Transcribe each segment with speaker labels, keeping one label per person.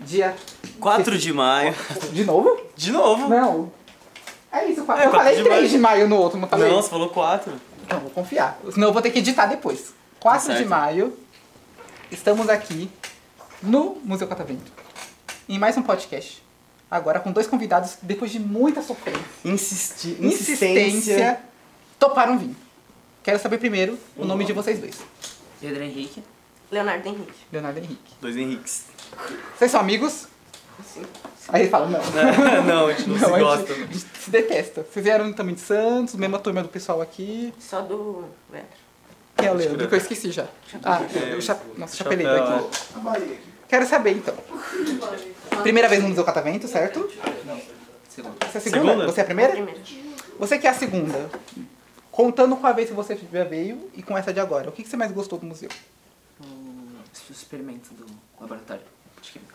Speaker 1: Dia.
Speaker 2: 4 de maio.
Speaker 1: De novo?
Speaker 2: De novo.
Speaker 1: Não. É isso, eu fa-
Speaker 2: É,
Speaker 1: eu
Speaker 2: quatro
Speaker 1: falei
Speaker 2: de
Speaker 1: 3
Speaker 2: maio.
Speaker 1: de maio no outro, não falei?
Speaker 2: Não, você falou 4.
Speaker 1: Não, vou confiar. Senão eu vou ter que editar depois. 4 de
Speaker 2: Tá certo.
Speaker 1: maio, estamos aqui no Museu Catavento. Em mais um podcast. Agora com dois convidados, que depois de muita sofrência,
Speaker 2: Insisti...
Speaker 1: insistência, toparam vir. Quero saber primeiro o nome de vocês dois.
Speaker 3: Pedro Henrique.
Speaker 4: Leonardo Henrique.
Speaker 1: Leonardo e Henrique.
Speaker 2: Dois Henriques.
Speaker 1: Vocês são amigos?
Speaker 4: Sim.
Speaker 1: Aí ele fala, não.
Speaker 2: não, a gente não,
Speaker 1: Não,
Speaker 2: se
Speaker 1: a,
Speaker 2: gosta.
Speaker 1: gente, a gente se detesta. Vocês vieram também de Santos, mesma turma do pessoal aqui.
Speaker 4: Só do Leandro.
Speaker 1: Quem é o Leandro? Que eu esqueci já. Ah, eu cha... Nossa, chapelei
Speaker 2: Chapéu,
Speaker 1: daqui. Quero saber então. Primeira vez no Museu Catavento, certo?
Speaker 3: Segundo.
Speaker 1: Você é a segunda?
Speaker 2: Segunda?
Speaker 1: Você é a primeira?
Speaker 4: Primeiro.
Speaker 1: Você que é a segunda. Contando com a vez que você já veio e com essa de agora, o que que você mais gostou do museu?
Speaker 3: O experimento do laboratório é de química.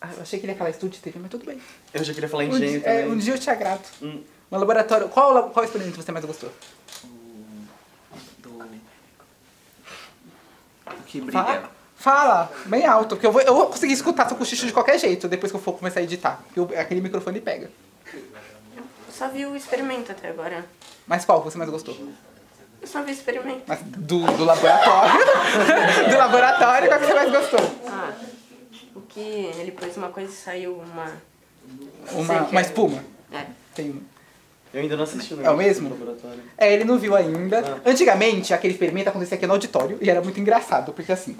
Speaker 1: Ah, eu achei que ele ia falar estúdio de TV, mas tudo bem.
Speaker 2: Eu já queria falar
Speaker 1: Um
Speaker 2: engenho
Speaker 1: dia, é,
Speaker 2: também.
Speaker 1: um dia eu te agrado.
Speaker 2: Hum.
Speaker 1: No laboratório, qual, lab- qual experimento você mais gostou?
Speaker 3: O. Do. O que
Speaker 1: Fala,
Speaker 3: brilha.
Speaker 1: fala, bem alto, porque eu vou, eu vou conseguir escutar seu cochicho de qualquer jeito depois que eu for começar a editar. Porque o- aquele microfone pega.
Speaker 4: Eu só vi o experimento até agora.
Speaker 1: Mas qual que você mais gostou?
Speaker 4: Eu só vi o experimento.
Speaker 1: Mas do, do laboratório? do laboratório, qual que você mais gostou?
Speaker 4: Ah, o que ele pôs uma coisa e saiu uma...
Speaker 1: Uma,
Speaker 4: Sei que
Speaker 1: uma
Speaker 4: é.
Speaker 1: espuma.
Speaker 4: É.
Speaker 1: Tem um. uma.
Speaker 2: Eu ainda não assisti
Speaker 1: É o mesmo?
Speaker 2: Laboratório.
Speaker 1: É, ele não viu ainda. Antigamente, aquele experimento acontecia aqui no auditório e era muito engraçado, porque assim.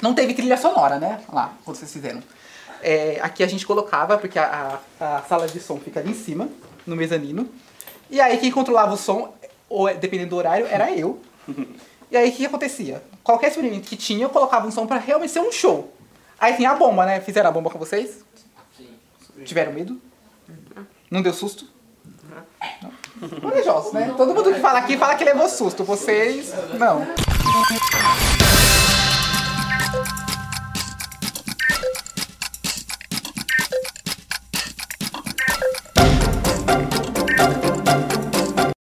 Speaker 1: Não teve trilha sonora, né? Lá, quando vocês fizeram. É, aqui a gente colocava, porque a, a- a sala de som fica ali em cima, no mezanino. E aí quem controlava o som, ou é- dependendo do horário, era eu. E aí o que que acontecia? Qualquer experimento que tinha, eu colocava um som pra realmente ser um show. Aí tem a bomba, né? Fizeram a bomba com vocês? Tiveram medo? Não deu susto? Corajosos, né? Todo mundo que fala aqui fala que levou susto. Vocês, não.